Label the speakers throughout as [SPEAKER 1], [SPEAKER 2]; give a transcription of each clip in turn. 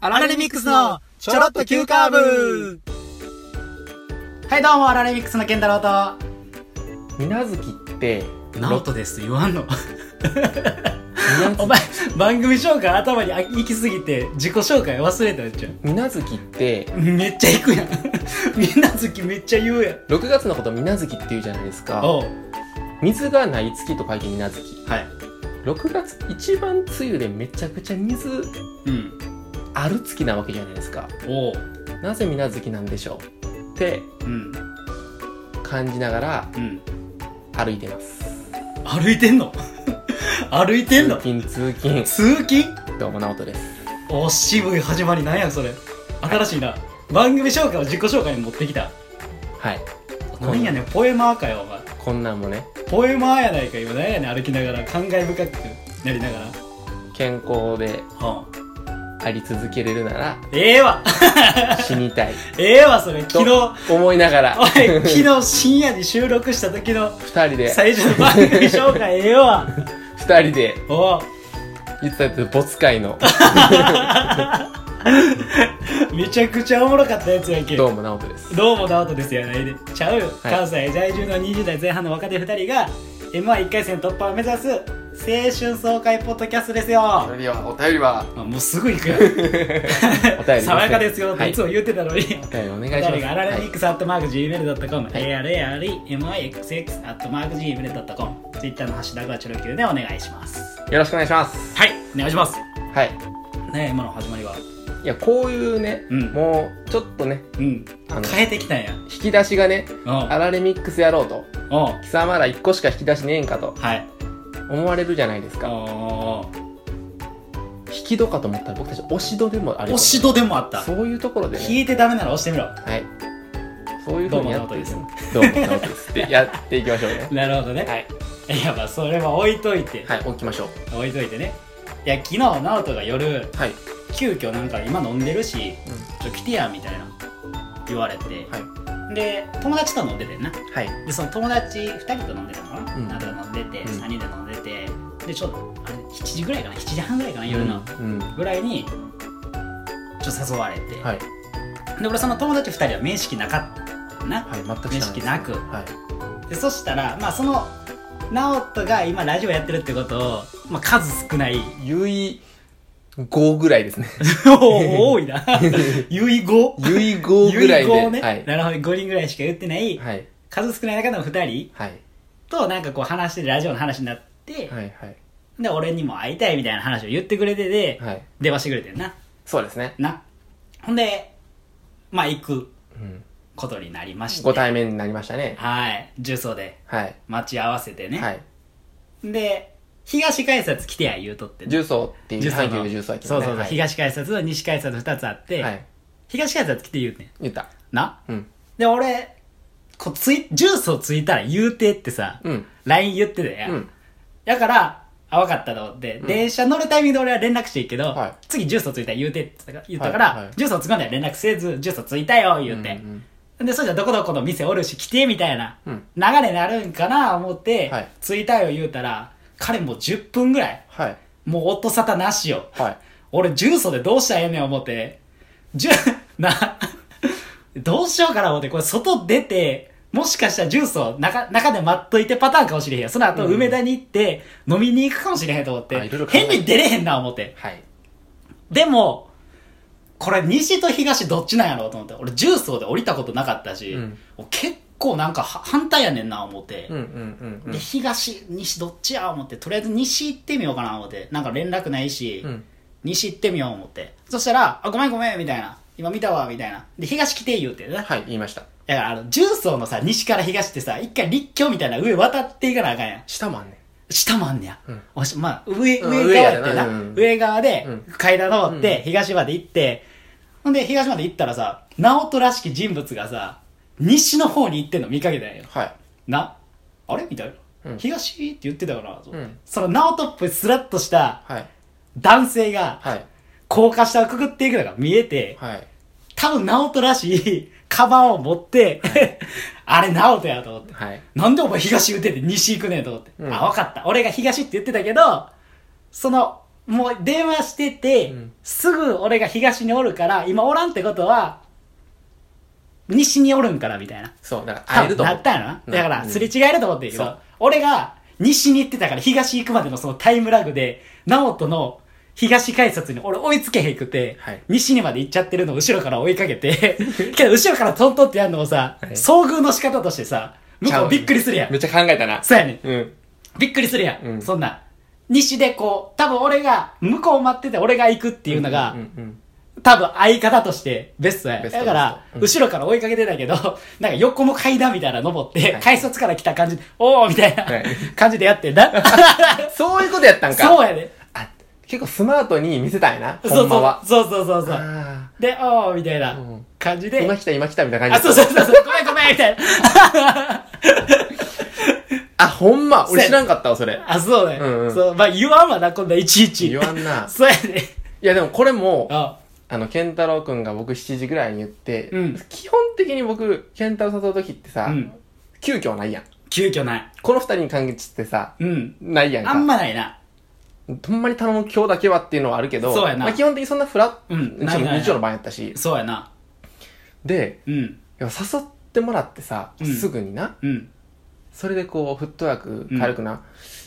[SPEAKER 1] アラレミックスのちょろっと急カーブはいどうもアラレミックスの健太郎と
[SPEAKER 2] みなずきって
[SPEAKER 1] 直人です言わんの お前番組紹介頭に行きすぎて自己紹介忘れたじゃん
[SPEAKER 2] みなずきって
[SPEAKER 1] めっちゃ行くやん みんな好きめっちゃ言うやん
[SPEAKER 2] 6月のことみなずきって言うじゃないですか
[SPEAKER 1] おう
[SPEAKER 2] 水がない月と書いてみなずき
[SPEAKER 1] はい
[SPEAKER 2] 6月一番梅雨でめちゃくちゃ水
[SPEAKER 1] うん
[SPEAKER 2] ある月なわけじゃないですか
[SPEAKER 1] おう
[SPEAKER 2] なぜみなずきなんでしょうって
[SPEAKER 1] うん
[SPEAKER 2] 感じながら
[SPEAKER 1] うん
[SPEAKER 2] 歩いてます
[SPEAKER 1] 歩いてんの 歩いてん
[SPEAKER 2] 通
[SPEAKER 1] の
[SPEAKER 2] 勤通勤
[SPEAKER 1] 通勤
[SPEAKER 2] どうも直人です
[SPEAKER 1] お渋い始まりなんやそれ新しいな番組紹介を自己紹介に持ってきた
[SPEAKER 2] はい
[SPEAKER 1] なんやねんポエマーかよお前
[SPEAKER 2] こんなんもね
[SPEAKER 1] ポエマーやないか今なんやねん歩きながら感慨深くなりながら、
[SPEAKER 2] 健康で
[SPEAKER 1] うん、
[SPEAKER 2] あり続けれるなら
[SPEAKER 1] ええわ
[SPEAKER 2] 死にたい
[SPEAKER 1] ええわそれ昨日
[SPEAKER 2] と思いながら
[SPEAKER 1] おい 昨日深夜に収録した時の
[SPEAKER 2] 2人で
[SPEAKER 1] 最初の番組紹介ええわ
[SPEAKER 2] 2人で
[SPEAKER 1] おう
[SPEAKER 2] 言ってたやつボツ会の
[SPEAKER 1] めちゃくちゃおもろかったやつやんけ
[SPEAKER 2] ど
[SPEAKER 1] ど
[SPEAKER 2] うも直人です
[SPEAKER 1] うもダウトですやないでちゃうよ、
[SPEAKER 2] い
[SPEAKER 1] 関西在住の20代前半の若手2人が m 1 1回戦突破を目指す青春爽快ポッドキャストですよ
[SPEAKER 2] それではお便りは
[SPEAKER 1] あもうすぐ行く やん
[SPEAKER 2] お便 り
[SPEAKER 1] 爽やかですよって
[SPEAKER 2] はいい
[SPEAKER 1] つも言ってたのに、
[SPEAKER 2] お便りお願いします
[SPEAKER 1] 誰がアラレミックスアットマーク Gmail.com、
[SPEAKER 2] はい
[SPEAKER 1] ARAREMIXX アットマーク Gmail.com、Twitter のハッシュタグはチョロ Q でお願いします。
[SPEAKER 2] はいよろしくお願いします
[SPEAKER 1] はい、お願いします。
[SPEAKER 2] はい
[SPEAKER 1] ね今の始まりは。
[SPEAKER 2] いやこういうね、
[SPEAKER 1] うん
[SPEAKER 2] もうちょっとね
[SPEAKER 1] うん。
[SPEAKER 2] あの
[SPEAKER 1] 変えてきたんや。
[SPEAKER 2] 引き出しがね
[SPEAKER 1] うん。
[SPEAKER 2] あられミックスやろうと
[SPEAKER 1] うん。
[SPEAKER 2] 貴様ら1個しか引き出しねえんかと
[SPEAKER 1] はい。
[SPEAKER 2] 思われるじゃないですか
[SPEAKER 1] お
[SPEAKER 2] 引き戸かと思ったら僕たち押し戸でもあり
[SPEAKER 1] 押し戸でもあった。
[SPEAKER 2] そういうところでね
[SPEAKER 1] 聞いてダメなら押してみろ。
[SPEAKER 2] はいそういうふうにやっていく
[SPEAKER 1] どうも
[SPEAKER 2] どうも直人ですってやっていきましょうね
[SPEAKER 1] なるほどね。
[SPEAKER 2] はい
[SPEAKER 1] い、や、まあ、それは置いといて、
[SPEAKER 2] はい置きましょう
[SPEAKER 1] 置いといてね。いや、昨日、ナオトが夜、
[SPEAKER 2] はい、
[SPEAKER 1] 急遽なんか今飲んでるし、
[SPEAKER 2] う
[SPEAKER 1] ちょ、
[SPEAKER 2] ん
[SPEAKER 1] 来てや、みたいな、言われて。
[SPEAKER 2] はい
[SPEAKER 1] で、友達と飲んでてんな。
[SPEAKER 2] はい
[SPEAKER 1] でその友達2人と飲んでたのかな、
[SPEAKER 2] うん
[SPEAKER 1] なんか飲んでて、
[SPEAKER 2] うん
[SPEAKER 1] 3人で飲んでてでちょっとあれ7時ぐらいかな7時半ぐらいかな夜の、
[SPEAKER 2] うん、うん
[SPEAKER 1] ぐらいにちょっと誘われて、
[SPEAKER 2] はい
[SPEAKER 1] で俺その友達2人は面識なかったな、
[SPEAKER 2] はい全く
[SPEAKER 1] 面
[SPEAKER 2] 知らない
[SPEAKER 1] 識
[SPEAKER 2] です
[SPEAKER 1] なく
[SPEAKER 2] はい
[SPEAKER 1] でそしたらまあその直人が今ラジオやってるってことを、まあ、数少ない
[SPEAKER 2] ゆい5ぐらいですね。
[SPEAKER 1] 多い な遺語
[SPEAKER 2] ゆい5ぐらい
[SPEAKER 1] 遺語
[SPEAKER 2] で。
[SPEAKER 1] ね、
[SPEAKER 2] はい。
[SPEAKER 1] なるほど5人ぐらいしか言ってない、
[SPEAKER 2] はい。
[SPEAKER 1] 数少ない中の2人
[SPEAKER 2] はい。
[SPEAKER 1] となんかこう話してるラジオの話になって、
[SPEAKER 2] はい。はい。
[SPEAKER 1] で、俺にも会いたいみたいな話を言ってくれてで、
[SPEAKER 2] はい。
[SPEAKER 1] 電話してくれてんな。
[SPEAKER 2] そうですね。
[SPEAKER 1] な。ほんで、まあ行く
[SPEAKER 2] うん。
[SPEAKER 1] ことになりまして。
[SPEAKER 2] ご対面になりましたね。
[SPEAKER 1] はい。重曹で
[SPEAKER 2] はい。
[SPEAKER 1] 待ち合わせてね。
[SPEAKER 2] はい。
[SPEAKER 1] で、東改札来てや言うとってね。
[SPEAKER 2] 重曹っていう、
[SPEAKER 1] 曹
[SPEAKER 2] 阪
[SPEAKER 1] の
[SPEAKER 2] 急で重曹駅
[SPEAKER 1] そ
[SPEAKER 2] の
[SPEAKER 1] う
[SPEAKER 2] ね
[SPEAKER 1] そうそう。
[SPEAKER 2] はい。
[SPEAKER 1] 東改札と西改札二つあって、
[SPEAKER 2] はい。
[SPEAKER 1] 東改札来て言うてん。
[SPEAKER 2] 言った。
[SPEAKER 1] な。
[SPEAKER 2] うん。
[SPEAKER 1] で、俺、こうつい、重曹ついたら言うてってさ、
[SPEAKER 2] うん。
[SPEAKER 1] LINE 言ってたやん。
[SPEAKER 2] うん。
[SPEAKER 1] だから、あ、わかったと思って、電車乗るタイミングで俺は連絡していいけど、
[SPEAKER 2] はい
[SPEAKER 1] 次重曹ついたら言うてって言ったから言ったから、
[SPEAKER 2] はいはい
[SPEAKER 1] 重曹つかんだら連絡せず、重曹ついたよ、言う
[SPEAKER 2] う
[SPEAKER 1] て。
[SPEAKER 2] ん
[SPEAKER 1] で、それじゃどこどこの店おるし来て、みたいな、
[SPEAKER 2] うん
[SPEAKER 1] 流れになるんかな、思って、
[SPEAKER 2] はい
[SPEAKER 1] ついたよ言うたら、彼もう10分ぐらい、
[SPEAKER 2] はい。
[SPEAKER 1] もう音沙汰なしよ。
[SPEAKER 2] はい。
[SPEAKER 1] 俺重曹でどうしたらええねん思って、じゅ、な、どうしようかな思って、これ外出て、もしかしたら重曹中、中で待っといてパターンかもしれへんやん。その後
[SPEAKER 2] うん
[SPEAKER 1] 梅田に行って、飲みに行くかもしれへんと思って
[SPEAKER 2] あいろいろ、考え
[SPEAKER 1] 変に出れへんな思って。
[SPEAKER 2] はい。
[SPEAKER 1] でも、これ西と東どっちなんやろうと思って、俺重曹で降りたことなかったし、
[SPEAKER 2] うん
[SPEAKER 1] もう結構なんかは反対やねんな思って。
[SPEAKER 2] うんうんうん
[SPEAKER 1] で、東、西どっちや思って、とりあえず西行ってみようかな思って。なんか連絡ないし、
[SPEAKER 2] うん。うん。
[SPEAKER 1] 西行ってみよう思って。そしたら、あ、ごめんごめん、みたいな。今見たわ、みたいな。で、東来て言うてな。
[SPEAKER 2] はい、言いました。
[SPEAKER 1] だから、あの、重曹のさ、西から東ってさ、一回立教みたいな上渡っていかなあかんやん。
[SPEAKER 2] 下もあんね
[SPEAKER 1] 下もあんねや。
[SPEAKER 2] うん
[SPEAKER 1] おしまあ、上、上
[SPEAKER 2] うん
[SPEAKER 1] 側
[SPEAKER 2] 上や
[SPEAKER 1] や
[SPEAKER 2] な
[SPEAKER 1] ってな。
[SPEAKER 2] うん
[SPEAKER 1] 上側で
[SPEAKER 2] うん、
[SPEAKER 1] 階段登って、東まで行って、ほんで、東まで行ったらさ、直人らしき人物がさ、西の方に行ってんの見かけたんよ。
[SPEAKER 2] はい。
[SPEAKER 1] な、あれみたいな。
[SPEAKER 2] うん
[SPEAKER 1] 東って言ってたかなと思って、
[SPEAKER 2] うん
[SPEAKER 1] その直人っぽいスラッとした
[SPEAKER 2] はい。
[SPEAKER 1] 男性が、
[SPEAKER 2] はい。
[SPEAKER 1] 高架下をくぐっていくのが見えて、
[SPEAKER 2] はい。
[SPEAKER 1] 多分直人らしい カバンを持って、 あれ直人やと思って。
[SPEAKER 2] はい。
[SPEAKER 1] なんでお前東打てて西行くねんと思って。
[SPEAKER 2] うん
[SPEAKER 1] あ、わかった。俺が東って言ってたけど、その、もう電話してて、
[SPEAKER 2] うん
[SPEAKER 1] すぐ俺が東におるから、今おらんってことは、西におるんから、みたいな。
[SPEAKER 2] そう、だから会えると思
[SPEAKER 1] な
[SPEAKER 2] う
[SPEAKER 1] っ。たんやな。だか
[SPEAKER 2] う
[SPEAKER 1] ら、
[SPEAKER 2] ん
[SPEAKER 1] すれ違えると思ってるけど、
[SPEAKER 2] そう
[SPEAKER 1] 俺が西に行ってたから、東行くまでのそのタイムラグで、直人の東改札に俺追いつけへんくて、
[SPEAKER 2] はい
[SPEAKER 1] 西にまで行っちゃってるのを後ろから追いかけて、 けど後ろからトントンってやるのもさ、
[SPEAKER 2] はい
[SPEAKER 1] 遭遇の仕方としてさ、向こうびっくりするやん
[SPEAKER 2] め。っちゃ考えたな。
[SPEAKER 1] そうやねん。
[SPEAKER 2] うん。
[SPEAKER 1] びっくりするやん、
[SPEAKER 2] うん
[SPEAKER 1] そんなん西でこう多分俺が向こう待ってて俺が行くっていうのが、
[SPEAKER 2] んうん
[SPEAKER 1] 多分相方としてベストや
[SPEAKER 2] ベスト
[SPEAKER 1] だから、
[SPEAKER 2] ベス
[SPEAKER 1] 後ろから追いかけてたけど なんか横も階段みたいなの登って、
[SPEAKER 2] はい
[SPEAKER 1] 改札から来た感じでおおみたいな
[SPEAKER 2] はい
[SPEAKER 1] 感じでやってんな、
[SPEAKER 2] うんそういうことやったんか。
[SPEAKER 1] そうやで
[SPEAKER 2] あ、結構スマートに見せたいな、
[SPEAKER 1] そ
[SPEAKER 2] ほ
[SPEAKER 1] うん
[SPEAKER 2] まは。
[SPEAKER 1] そうそうそうそうそう
[SPEAKER 2] あ
[SPEAKER 1] でおおみたいな
[SPEAKER 2] うん
[SPEAKER 1] 感じ
[SPEAKER 2] ー
[SPEAKER 1] で、
[SPEAKER 2] 今来た、今来たみたいな
[SPEAKER 1] あ
[SPEAKER 2] 感じ
[SPEAKER 1] そうそうそうそうごめんごめんみたいな
[SPEAKER 2] あ、ほんま。俺
[SPEAKER 1] そうや
[SPEAKER 2] 知らんかったわ、それ。
[SPEAKER 1] あそうね、
[SPEAKER 2] うんうん
[SPEAKER 1] そうまあ言わんわなこんないちいち
[SPEAKER 2] 言わんな。
[SPEAKER 1] そうやで
[SPEAKER 2] いや、でもこれも、
[SPEAKER 1] あ
[SPEAKER 2] あの、健太郎くんが僕7時ぐらいに言って、
[SPEAKER 1] うん
[SPEAKER 2] 基本的に僕、健太郎誘う時ってさ、
[SPEAKER 1] うん
[SPEAKER 2] 急遽ないやん。
[SPEAKER 1] 急遽ない
[SPEAKER 2] この二人に関係ってさ、
[SPEAKER 1] うん
[SPEAKER 2] ないやんか。
[SPEAKER 1] あんまないな
[SPEAKER 2] ほんまに頼む今日だけはっていうのはあるけど、
[SPEAKER 1] そうやな
[SPEAKER 2] まあ、基本的にそんなフラット、
[SPEAKER 1] うん
[SPEAKER 2] し
[SPEAKER 1] な
[SPEAKER 2] か
[SPEAKER 1] い
[SPEAKER 2] も
[SPEAKER 1] ないない
[SPEAKER 2] 日曜の晩やったし、
[SPEAKER 1] そうやな。
[SPEAKER 2] で、
[SPEAKER 1] うん。
[SPEAKER 2] やっぱ誘ってもらってさ、
[SPEAKER 1] うん
[SPEAKER 2] すぐにな、
[SPEAKER 1] うん。
[SPEAKER 2] それでこう、フットワーク軽くな、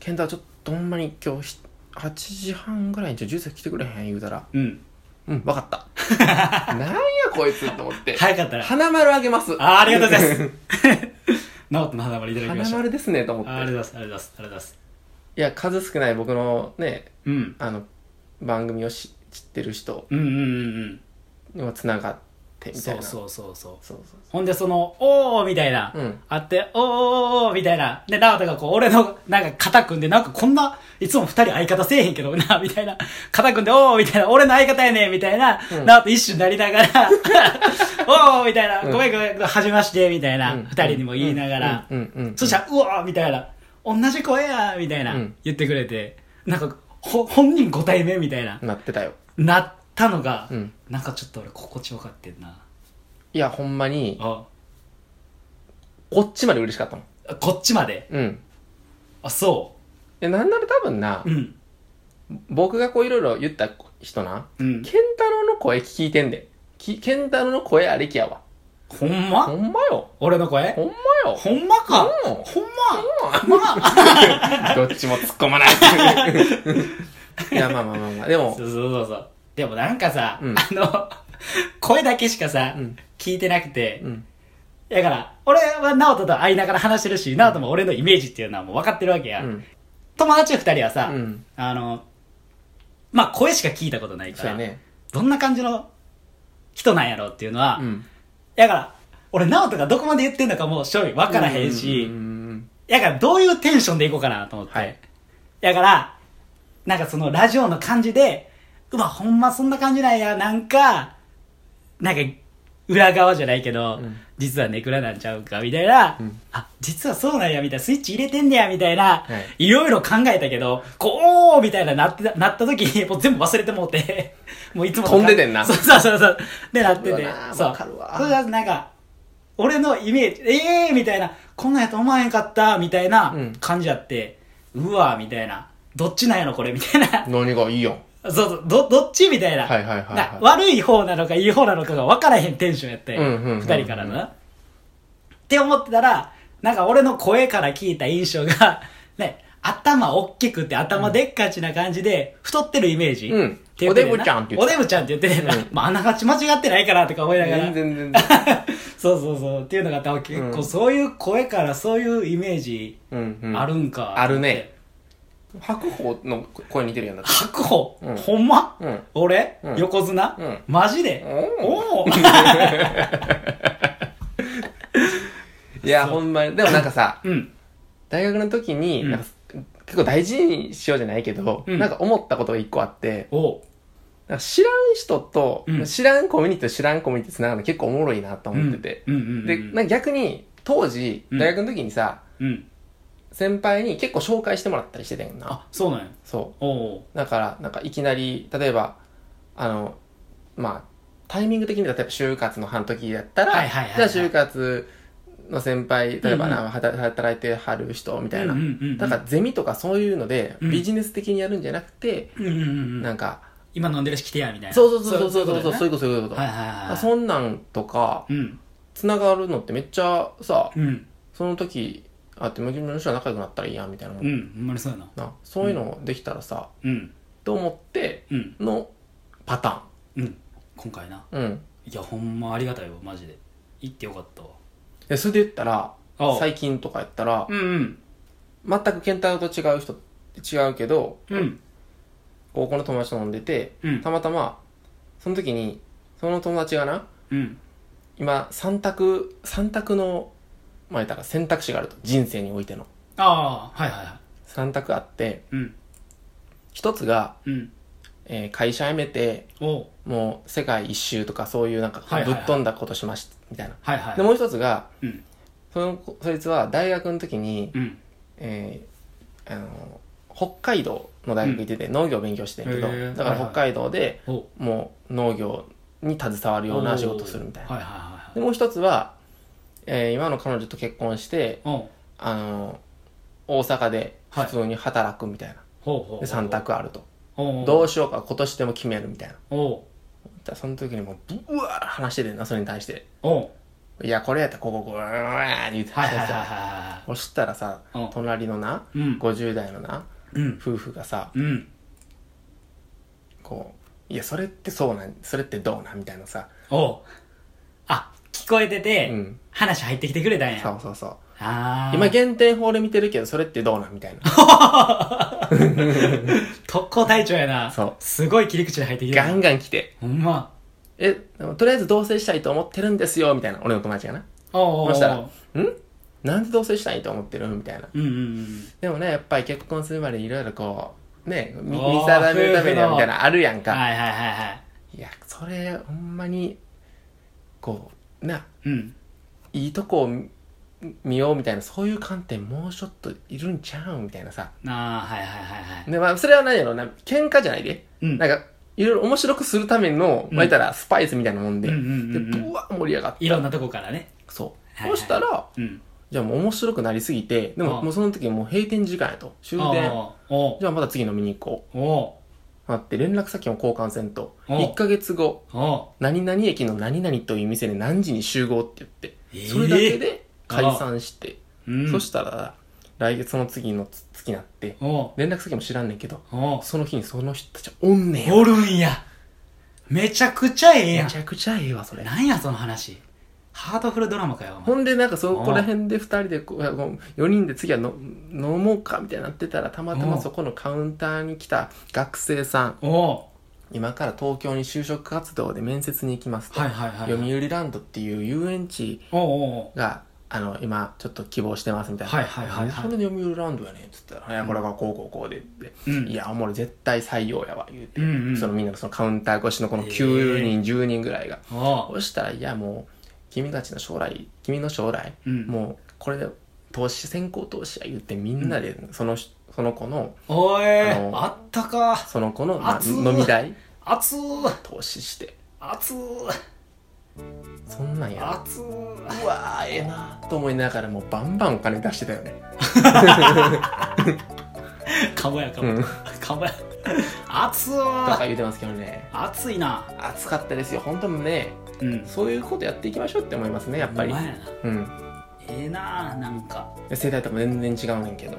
[SPEAKER 2] 健太郎ちょっとほんまに今日し8時半ぐらいにちょ、ジュース来てくれへん言うたら、
[SPEAKER 1] うん。
[SPEAKER 2] うん、わかった。 なんやこいつと思って。
[SPEAKER 1] 早かったら。
[SPEAKER 2] 花丸あげます。
[SPEAKER 1] あ、ありがとうございます。 なおとの花丸いただきま
[SPEAKER 2] 花
[SPEAKER 1] した。
[SPEAKER 2] 丸ですね、と思
[SPEAKER 1] ああ
[SPEAKER 2] って。
[SPEAKER 1] りがとうございます。ありがとうございます。ありがとうございます。
[SPEAKER 2] いや、数少ない僕のね、
[SPEAKER 1] うん。
[SPEAKER 2] あの、番組をし知ってる人
[SPEAKER 1] うんうんうんうん。
[SPEAKER 2] にも繋がって、みたい
[SPEAKER 1] そ
[SPEAKER 2] な。
[SPEAKER 1] う
[SPEAKER 2] う
[SPEAKER 1] そうそうそう。
[SPEAKER 2] そうそう。
[SPEAKER 1] ほんで、その、おーみたいな、
[SPEAKER 2] うん
[SPEAKER 1] あって、おーおーおーみたいな。で、なおとがこう、俺の、なんか肩組んで、なんかこんな、いつも二人相方せえへんけどな、みたいな。肩組んで、おーみたいな、俺の相方やねん、みたいな。
[SPEAKER 2] ん
[SPEAKER 1] なおと一緒になりなが ら、おーみたいな、
[SPEAKER 2] ん
[SPEAKER 1] ごめんごめん、はじめまして、みたいな、
[SPEAKER 2] うん
[SPEAKER 1] 二人にも言いながら。
[SPEAKER 2] うんうんうん
[SPEAKER 1] そしたら、うわーみたいな、同じ声やみたいな、
[SPEAKER 2] うん
[SPEAKER 1] 言ってくれて、なんか、ほ、本人ご対面みたいな、
[SPEAKER 2] なってたよ。
[SPEAKER 1] なったのが、
[SPEAKER 2] うん
[SPEAKER 1] なんかちょっと俺心地よかってんな。
[SPEAKER 2] いや、ほんまに、
[SPEAKER 1] あ、
[SPEAKER 2] こっちまで嬉しかったもん。
[SPEAKER 1] こっちまで。
[SPEAKER 2] うん。
[SPEAKER 1] あ、そ
[SPEAKER 2] で、なんなら多分な
[SPEAKER 1] う。う、ん。
[SPEAKER 2] 僕がこういろいろ言った人な、
[SPEAKER 1] うん。
[SPEAKER 2] 健太郎の声聞いてんで。き健太郎の声ありきやわ。
[SPEAKER 1] ほん
[SPEAKER 2] ほ
[SPEAKER 1] ま
[SPEAKER 2] んまよ。
[SPEAKER 1] 俺の声
[SPEAKER 2] ほんま よ。
[SPEAKER 1] ほんまか
[SPEAKER 2] うん
[SPEAKER 1] ほんままあ
[SPEAKER 2] どっちも突っ込ま ない。いや、まあまあまあまあ。でも
[SPEAKER 1] そ、うそうそうそう。でもなんかさ、
[SPEAKER 2] うん
[SPEAKER 1] あの、声だけしかさ、
[SPEAKER 2] うん
[SPEAKER 1] 聞いてなくて、
[SPEAKER 2] うん。
[SPEAKER 1] だから、俺は直人と会いながら話してるし、直人も俺のイメージっていうのはもう分かってるわけ
[SPEAKER 2] う
[SPEAKER 1] や。
[SPEAKER 2] ん。
[SPEAKER 1] 友達二人はさ、
[SPEAKER 2] うん。
[SPEAKER 1] あの、まあ、声しか聞いたことないか
[SPEAKER 2] そう
[SPEAKER 1] ら、
[SPEAKER 2] やね。
[SPEAKER 1] どんな感じの人なんやろうっていうのは、
[SPEAKER 2] うん。
[SPEAKER 1] だから、俺、直人がどこまで言ってんのかもう正味わからへんし、
[SPEAKER 2] うんうん
[SPEAKER 1] だからどういうテンションでいこうかなと思って。
[SPEAKER 2] はい
[SPEAKER 1] だから、なんかそのラジオの感じで、うわ、ほんまそんな感じなんや、なんか、なんか、裏側じゃないけど、
[SPEAKER 2] うん
[SPEAKER 1] 実はネクラなんちゃうか、みたいな、
[SPEAKER 2] うん
[SPEAKER 1] あ、実はそうなんや、みたいな、スイッチ入れてんねや、みたいな、、
[SPEAKER 2] はい
[SPEAKER 1] ろいろ考えたけど、こう、おーみたいななってた、なった時に、 もう全部忘れてもうて、 もういつもとか
[SPEAKER 2] 飛んでてんな
[SPEAKER 1] そうそうそうそう。で、なって
[SPEAKER 2] わ
[SPEAKER 1] て
[SPEAKER 2] な。
[SPEAKER 1] そう。
[SPEAKER 2] わかるわ
[SPEAKER 1] それがなんか、俺のイメージ、ええー、みたいな、こんなんやと思わへんかった、みたいな
[SPEAKER 2] うん
[SPEAKER 1] 感じやって、うわみたいな、どっちなんやろ、これ、みたいな。
[SPEAKER 2] 何がいいよ。
[SPEAKER 1] そうそう、ど、どっちみたいな。
[SPEAKER 2] はいはいはいはい
[SPEAKER 1] な悪い方なのか、いい方なのかが分からへん テンションやって、
[SPEAKER 2] うんうんうんうん
[SPEAKER 1] 二人からな。って思ってたら、なんか俺の声から聞いた印象が、 ね、頭大きくて頭でっかちな感じで、太ってるイメージ、
[SPEAKER 2] うん
[SPEAKER 1] って言ってたよな
[SPEAKER 2] おデブちゃんって言
[SPEAKER 1] お
[SPEAKER 2] って
[SPEAKER 1] でぶちゃんって言ってたよな。まあ、あながち間違ってないからとか思いながら。
[SPEAKER 2] 全然 全然。
[SPEAKER 1] そうそうそうっていうのがあった結
[SPEAKER 2] う
[SPEAKER 1] 構
[SPEAKER 2] ん
[SPEAKER 1] そういう声からそういうイメージ
[SPEAKER 2] うんうん。
[SPEAKER 1] あるんか、
[SPEAKER 2] あるね白鵬の声似てるやんだって。
[SPEAKER 1] 白鵬、
[SPEAKER 2] うん
[SPEAKER 1] ほんま、
[SPEAKER 2] うん
[SPEAKER 1] 俺、
[SPEAKER 2] うん
[SPEAKER 1] 横綱、
[SPEAKER 2] うん
[SPEAKER 1] マジで、
[SPEAKER 2] うん
[SPEAKER 1] おお
[SPEAKER 2] いや、ほんまに。でもなんか さ、
[SPEAKER 1] うん
[SPEAKER 2] 大学の時に、
[SPEAKER 1] うん
[SPEAKER 2] なんか結構大事にしようじゃないけど、
[SPEAKER 1] うん
[SPEAKER 2] なんか思ったことが一個あって、
[SPEAKER 1] おう
[SPEAKER 2] なんか知らん人と、
[SPEAKER 1] うん
[SPEAKER 2] 知らんコミュニティと知らんコミュニティ繋がるの結構おもろいなと思ってて。
[SPEAKER 1] うんうんうんうん
[SPEAKER 2] で、なんか逆に、当時、
[SPEAKER 1] うん
[SPEAKER 2] 大学の時にさ、
[SPEAKER 1] うん
[SPEAKER 2] 先輩に結構紹介してもらったりしてたんやんな。
[SPEAKER 1] あそうなんや
[SPEAKER 2] そ
[SPEAKER 1] おう
[SPEAKER 2] う。だから、なんかいきなり、例えば、あの、まあ、タイミング的に例えば就活の半時だったら、
[SPEAKER 1] はいはいはいはい
[SPEAKER 2] じゃあ就活の先輩例えばな、働働いてはる人みたいな、
[SPEAKER 1] うんうんうんうん
[SPEAKER 2] だからゼミとかそういうので、
[SPEAKER 1] うん
[SPEAKER 2] ビジネス的にやるんじゃなくて、
[SPEAKER 1] うんうんうんう。
[SPEAKER 2] なんんか
[SPEAKER 1] 今飲んでるし来てや、みたいな。
[SPEAKER 2] そうそうそうそうそうそうそう
[SPEAKER 1] い
[SPEAKER 2] いうことそういうこ、
[SPEAKER 1] こととねはいはいはい。
[SPEAKER 2] そんなんとか
[SPEAKER 1] うん。
[SPEAKER 2] つながるのってめっちゃさ
[SPEAKER 1] うん。
[SPEAKER 2] その時あって向きの人は仲良くなったらいいやみたいなもん、
[SPEAKER 1] うん。ほんまにそうやな。
[SPEAKER 2] なそういうのできたらさ、
[SPEAKER 1] うん。
[SPEAKER 2] と思って
[SPEAKER 1] うん。
[SPEAKER 2] のパタ
[SPEAKER 1] うん。今回な。
[SPEAKER 2] ーンうん
[SPEAKER 1] いや、ほんまありがたいわ、マジで。行ってよかったわ。
[SPEAKER 2] でそれで言ったら
[SPEAKER 1] ああ
[SPEAKER 2] 最近とかやったら
[SPEAKER 1] うんうん。
[SPEAKER 2] 全く健太郎と違う人違うけど
[SPEAKER 1] うん。
[SPEAKER 2] 高校の友達と飲んでて
[SPEAKER 1] うん。
[SPEAKER 2] たまたまその時にその友達がな
[SPEAKER 1] うん。
[SPEAKER 2] 今3択3択のまあ言ったら選択肢があると人生においての
[SPEAKER 1] ああ、はいはいは
[SPEAKER 2] 3択あって
[SPEAKER 1] い。うん。
[SPEAKER 2] 一つが、
[SPEAKER 1] うん。
[SPEAKER 2] えー会社辞めて
[SPEAKER 1] おう
[SPEAKER 2] もう世界一周とかそういうなんか
[SPEAKER 1] はいはい
[SPEAKER 2] ぶっ
[SPEAKER 1] はい
[SPEAKER 2] 飛んだことしましたみたいな、
[SPEAKER 1] はいはい。
[SPEAKER 2] でもう一つが
[SPEAKER 1] うん。
[SPEAKER 2] その子そいつは大学の時に、
[SPEAKER 1] うん。
[SPEAKER 2] えーあの北海道の大学行ってて農業を勉強してんけど、
[SPEAKER 1] へー
[SPEAKER 2] だから
[SPEAKER 1] はいは
[SPEAKER 2] 北
[SPEAKER 1] い
[SPEAKER 2] 海道で
[SPEAKER 1] おう
[SPEAKER 2] もう農業に携わるような仕事をするみたいな
[SPEAKER 1] はいはいはいはい。
[SPEAKER 2] でもう一つは、えー今の彼女と結婚して
[SPEAKER 1] おう
[SPEAKER 2] あの大阪で普通に働くみたいな、
[SPEAKER 1] ほうほうほう。
[SPEAKER 2] で3択あると
[SPEAKER 1] おう。
[SPEAKER 2] どう
[SPEAKER 1] し
[SPEAKER 2] しようか今年でも決めるみたいな
[SPEAKER 1] おう。
[SPEAKER 2] だからその時にもうブワー話しててんなそれに対して
[SPEAKER 1] おう。
[SPEAKER 2] 「いやこれやったらこここううわーって言って
[SPEAKER 1] はいはいはい
[SPEAKER 2] さ
[SPEAKER 1] は
[SPEAKER 2] そしたらさ
[SPEAKER 1] うん。
[SPEAKER 2] 隣のない
[SPEAKER 1] うん。
[SPEAKER 2] 50代のな
[SPEAKER 1] うん。
[SPEAKER 2] 夫婦がさ
[SPEAKER 1] うん。
[SPEAKER 2] こう「いやそれってそうなんそれってどうなん?」みたいなさ
[SPEAKER 1] おう。あ、聞こえて
[SPEAKER 2] う
[SPEAKER 1] て、
[SPEAKER 2] ん
[SPEAKER 1] 話入ってきてくれたんや。
[SPEAKER 2] そうそうそう
[SPEAKER 1] ああ。
[SPEAKER 2] 今減点法で見てるけどそれってどうなんみたいな
[SPEAKER 1] 特攻隊長やな。
[SPEAKER 2] そう
[SPEAKER 1] すごい切り口で入ってきて
[SPEAKER 2] ガ
[SPEAKER 1] る
[SPEAKER 2] ン。ガン来て
[SPEAKER 1] ほんま。
[SPEAKER 2] 「えとりあえず同棲したいと思ってるんですよ」みたいな俺の友達がな
[SPEAKER 1] おうおうおう。
[SPEAKER 2] そしたら「なんで同棲したいと思ってる?」みたいな
[SPEAKER 1] うんうんうん。
[SPEAKER 2] でもね、やっぱり結婚するまでいろいろこう、ね、見
[SPEAKER 1] おー
[SPEAKER 2] 見定めるためには
[SPEAKER 1] 夫婦の
[SPEAKER 2] みたいなのあるやんか。
[SPEAKER 1] はいはいはいはい。
[SPEAKER 2] いや、それ、ほんまに、こう、な、
[SPEAKER 1] うん。
[SPEAKER 2] いいとこを見見ようみたいな、そういう観点もうちょっといるんちゃうんみたいなさ。
[SPEAKER 1] ああ、はいはいはいはい。
[SPEAKER 2] で、まあ、それは何やろうな、喧嘩じゃないで。
[SPEAKER 1] うん。
[SPEAKER 2] なんか、いろいろ面白くするための、
[SPEAKER 1] うん
[SPEAKER 2] まあ、言ったらスパイスみたいなもんで、
[SPEAKER 1] うんうんうんう
[SPEAKER 2] で、
[SPEAKER 1] ん
[SPEAKER 2] ぶわー盛り上がって。
[SPEAKER 1] いろんなとこからね。
[SPEAKER 2] そう。
[SPEAKER 1] はいはい
[SPEAKER 2] そしたら、
[SPEAKER 1] うん。
[SPEAKER 2] じゃあもう面白くなりすぎて、で
[SPEAKER 1] あ
[SPEAKER 2] も
[SPEAKER 1] あ
[SPEAKER 2] もうその時もう閉店時間やと。終電。
[SPEAKER 1] おうおう
[SPEAKER 2] じゃあまた次飲みに行こう。
[SPEAKER 1] お
[SPEAKER 2] あって連絡先も交換せんと
[SPEAKER 1] うん
[SPEAKER 2] 1ヶ月後
[SPEAKER 1] うお
[SPEAKER 2] 何々駅の何々という店で何時に集合って言って
[SPEAKER 1] えー
[SPEAKER 2] それだけで解散して、
[SPEAKER 1] ううん。
[SPEAKER 2] そしたら来月その次のつ月になって
[SPEAKER 1] お
[SPEAKER 2] 連絡先も知らんねんけど
[SPEAKER 1] うおう
[SPEAKER 2] その日にその人たちおんねんよ
[SPEAKER 1] おるんや。めちゃくちゃええや
[SPEAKER 2] め
[SPEAKER 1] ん
[SPEAKER 2] ち。ゃくちゃええわそれ
[SPEAKER 1] なんやその話。ハートフルドラマかよ、お前
[SPEAKER 2] ほんでなんかそこら辺で2人でこう4人で次はの飲もうかみたいになってたらたまた
[SPEAKER 1] う
[SPEAKER 2] ま
[SPEAKER 1] ん
[SPEAKER 2] そこのカウンターに来た学生さん
[SPEAKER 1] おう
[SPEAKER 2] 今から東京に就職活動で面接に行きますと、
[SPEAKER 1] はいはいはい。
[SPEAKER 2] 読売ランドっていう遊園地
[SPEAKER 1] おうおうおう
[SPEAKER 2] が、あの、今、ちょっと希望してますみたいな。
[SPEAKER 1] はいはいはいはい
[SPEAKER 2] なんでそれで読売ランドやねんっつったら、いや、これがこうこうこうでって。
[SPEAKER 1] うん
[SPEAKER 2] いや、おもろい、絶対採用やわ、言うて。
[SPEAKER 1] うんうん
[SPEAKER 2] そのみんな、そのカウンター越しのこの
[SPEAKER 1] へえ
[SPEAKER 2] 9人、10人ぐらいが。
[SPEAKER 1] おう
[SPEAKER 2] そしたら、いや、もう、君たちの将来、君の将来、
[SPEAKER 1] うん
[SPEAKER 2] もう、これで、投資、先行投資や言って、みんなで、その人、その子の、
[SPEAKER 1] おい
[SPEAKER 2] あの
[SPEAKER 1] あったか
[SPEAKER 2] その子の、まあ
[SPEAKER 1] 熱っ
[SPEAKER 2] 飲み代、
[SPEAKER 1] 熱ー
[SPEAKER 2] 投資して。
[SPEAKER 1] 熱ー
[SPEAKER 2] そんなんやな
[SPEAKER 1] 熱ー
[SPEAKER 2] うわー、ええなと思いながら、もう、バンバンお金出してたよね。
[SPEAKER 1] かもやか
[SPEAKER 2] う
[SPEAKER 1] も
[SPEAKER 2] ん。
[SPEAKER 1] かもや熱
[SPEAKER 2] と
[SPEAKER 1] ー
[SPEAKER 2] か言うてますけどね。
[SPEAKER 1] 熱いな
[SPEAKER 2] 暑かったですよ本当にね
[SPEAKER 1] うん
[SPEAKER 2] そういうことやっていきましょうって思いますねやっぱり
[SPEAKER 1] お前やな
[SPEAKER 2] うん
[SPEAKER 1] ええななんか
[SPEAKER 2] 世代とも全然違うねんけど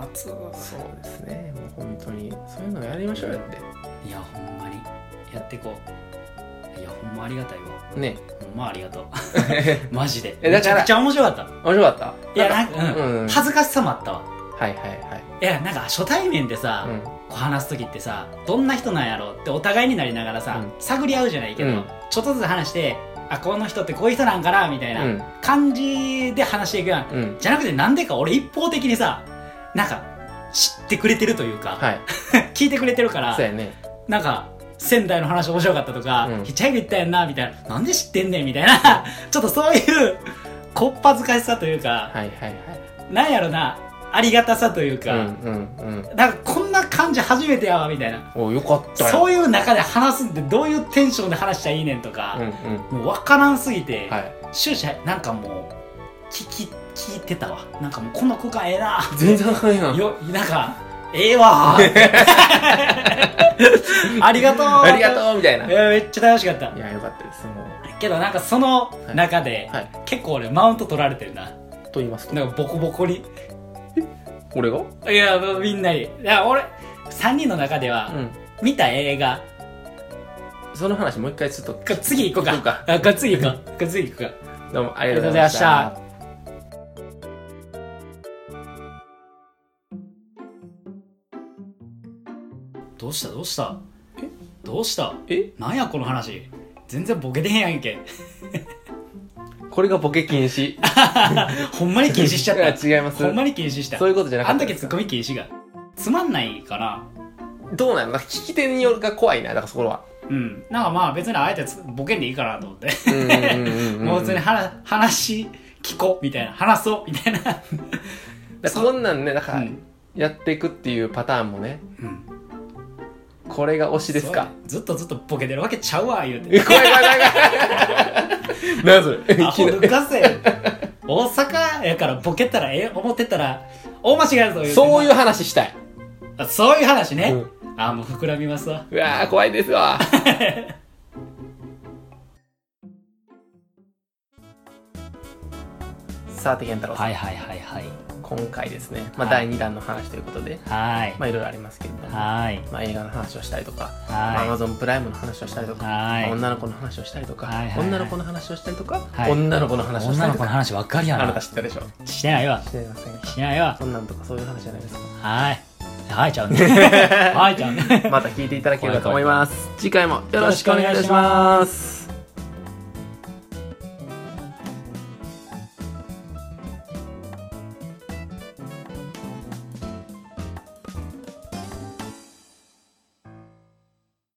[SPEAKER 1] 熱
[SPEAKER 2] そ
[SPEAKER 1] ー
[SPEAKER 2] うですねもう本当にそういうのやりましょうよっ
[SPEAKER 1] いやほんまにやってこういやほんまありがたいわ
[SPEAKER 2] て ね
[SPEAKER 1] ほんまありがとう マジで
[SPEAKER 2] え
[SPEAKER 1] め
[SPEAKER 2] だ
[SPEAKER 1] ち
[SPEAKER 2] から
[SPEAKER 1] ゃくちゃ面白かった
[SPEAKER 2] 面白かった
[SPEAKER 1] いやなんか、
[SPEAKER 2] う
[SPEAKER 1] うん
[SPEAKER 2] ん、はい
[SPEAKER 1] 恥ずかしさもあったわ
[SPEAKER 2] はいはい
[SPEAKER 1] いやなんか初対面でさ、
[SPEAKER 2] うん
[SPEAKER 1] こう話す時ってさどんな人なんやろうってお互いになりながらさ、探り合うじゃないけど、
[SPEAKER 2] うん
[SPEAKER 1] ちょっとずつ話してあこの人ってこういう人なんかなみたいな
[SPEAKER 2] うん
[SPEAKER 1] 感じで話していくやん、
[SPEAKER 2] うん
[SPEAKER 1] じゃなくてなんでか俺一方的にさなんか知ってくれてるというか、
[SPEAKER 2] はい
[SPEAKER 1] 聞いてくれてるから
[SPEAKER 2] そうやね
[SPEAKER 1] なんか仙台の話面白かったとか、
[SPEAKER 2] うん
[SPEAKER 1] ヒッチハイク行ったやんなみたいななんで知ってんねんみたい なちょっとそういうこっぱずかしさというか、
[SPEAKER 2] はいはいはい
[SPEAKER 1] なんやろなありがたさという
[SPEAKER 2] うん
[SPEAKER 1] か、
[SPEAKER 2] うん
[SPEAKER 1] なんかこんな感じ初めてやわみたいな
[SPEAKER 2] うんおよかったよ
[SPEAKER 1] そういう中で話すってどういうテンションで話したらいいねんとか
[SPEAKER 2] うん、うん
[SPEAKER 1] もう分からんすぎて、
[SPEAKER 2] はい
[SPEAKER 1] 終始なんかもう聞き聞いてたわなんかもうこの空間ええな
[SPEAKER 2] 全然あかんやん
[SPEAKER 1] よなんかええわ ありがとう
[SPEAKER 2] ありがとうみたいない
[SPEAKER 1] やめっちゃ楽しかった
[SPEAKER 2] いやよかったですもう
[SPEAKER 1] けどなんかその中で、
[SPEAKER 2] はい
[SPEAKER 1] 結構俺マウント取られてるな
[SPEAKER 2] と言いますと
[SPEAKER 1] なんかボコボコに
[SPEAKER 2] 俺がう
[SPEAKER 1] いやみんなにいや俺3人の中では、
[SPEAKER 2] ん
[SPEAKER 1] 見た映画
[SPEAKER 2] その話もう一回ちょっと
[SPEAKER 1] これ次行こうか
[SPEAKER 2] 行こうか
[SPEAKER 1] あこれ次行こうこれ次行こうか
[SPEAKER 2] どうもありがとうございまし
[SPEAKER 1] ありがとうございました
[SPEAKER 2] た
[SPEAKER 1] どうしたどうしたどうした
[SPEAKER 2] え
[SPEAKER 1] なんやこの話全然ボケてへんやんけ
[SPEAKER 2] これがボケ禁止
[SPEAKER 1] ほんまに禁止しちゃった
[SPEAKER 2] いや違います
[SPEAKER 1] ほんまに禁止した
[SPEAKER 2] そういうことじゃなか
[SPEAKER 1] あ
[SPEAKER 2] っ
[SPEAKER 1] ん
[SPEAKER 2] た
[SPEAKER 1] だけツッコミ禁止がつまんないかな
[SPEAKER 2] どうなのなんか聞き手によるが怖いなだからそこは
[SPEAKER 1] うんなんかまあ別にあえてつボケんでいいかなと思って
[SPEAKER 2] うんうんうんうん
[SPEAKER 1] もう別に話話聞こうみたいな話そうみたいな、
[SPEAKER 2] だからこんなんねなんか
[SPEAKER 1] うん
[SPEAKER 2] やっていくっていうパターンもね
[SPEAKER 1] うん
[SPEAKER 2] これが推しですか
[SPEAKER 1] そうずっとずっとボケてるわけちゃうわ言うて
[SPEAKER 2] え怖い怖い怖い怖い何それ
[SPEAKER 1] アホ抜かせ大阪やからボケたらええ思ってたら大間違いだぞ言うて
[SPEAKER 2] そういう話したい
[SPEAKER 1] あそういう話ね、
[SPEAKER 2] うん
[SPEAKER 1] あもう膨らみますわ
[SPEAKER 2] うわー怖いです わさて健太郎さん、
[SPEAKER 1] いはいはいはい
[SPEAKER 2] 今回ですね、まあ、
[SPEAKER 1] はい
[SPEAKER 2] 第2弾の話ということで、
[SPEAKER 1] はい
[SPEAKER 2] まあいろいろありますけれども、
[SPEAKER 1] はい
[SPEAKER 2] まあ、映画の話をしたりとか、
[SPEAKER 1] はい
[SPEAKER 2] まあ Amazon プライムの話をしたりとか、
[SPEAKER 1] はい
[SPEAKER 2] まあ女の子の話をしたりとか、
[SPEAKER 1] はいはいはい
[SPEAKER 2] 女の子の話をしたりとか、
[SPEAKER 1] はい
[SPEAKER 2] 女の子の話をしたりとか
[SPEAKER 1] 話ばっかりや
[SPEAKER 2] あなた知ったでしょ
[SPEAKER 1] してないわ
[SPEAKER 2] 知ってませんか
[SPEAKER 1] してないわ
[SPEAKER 2] そんなんとかそういう話じゃないですか
[SPEAKER 1] はいはい ちゃうねはいちゃうね
[SPEAKER 2] また聞いていただければと思います。次回もよろしくお願いします。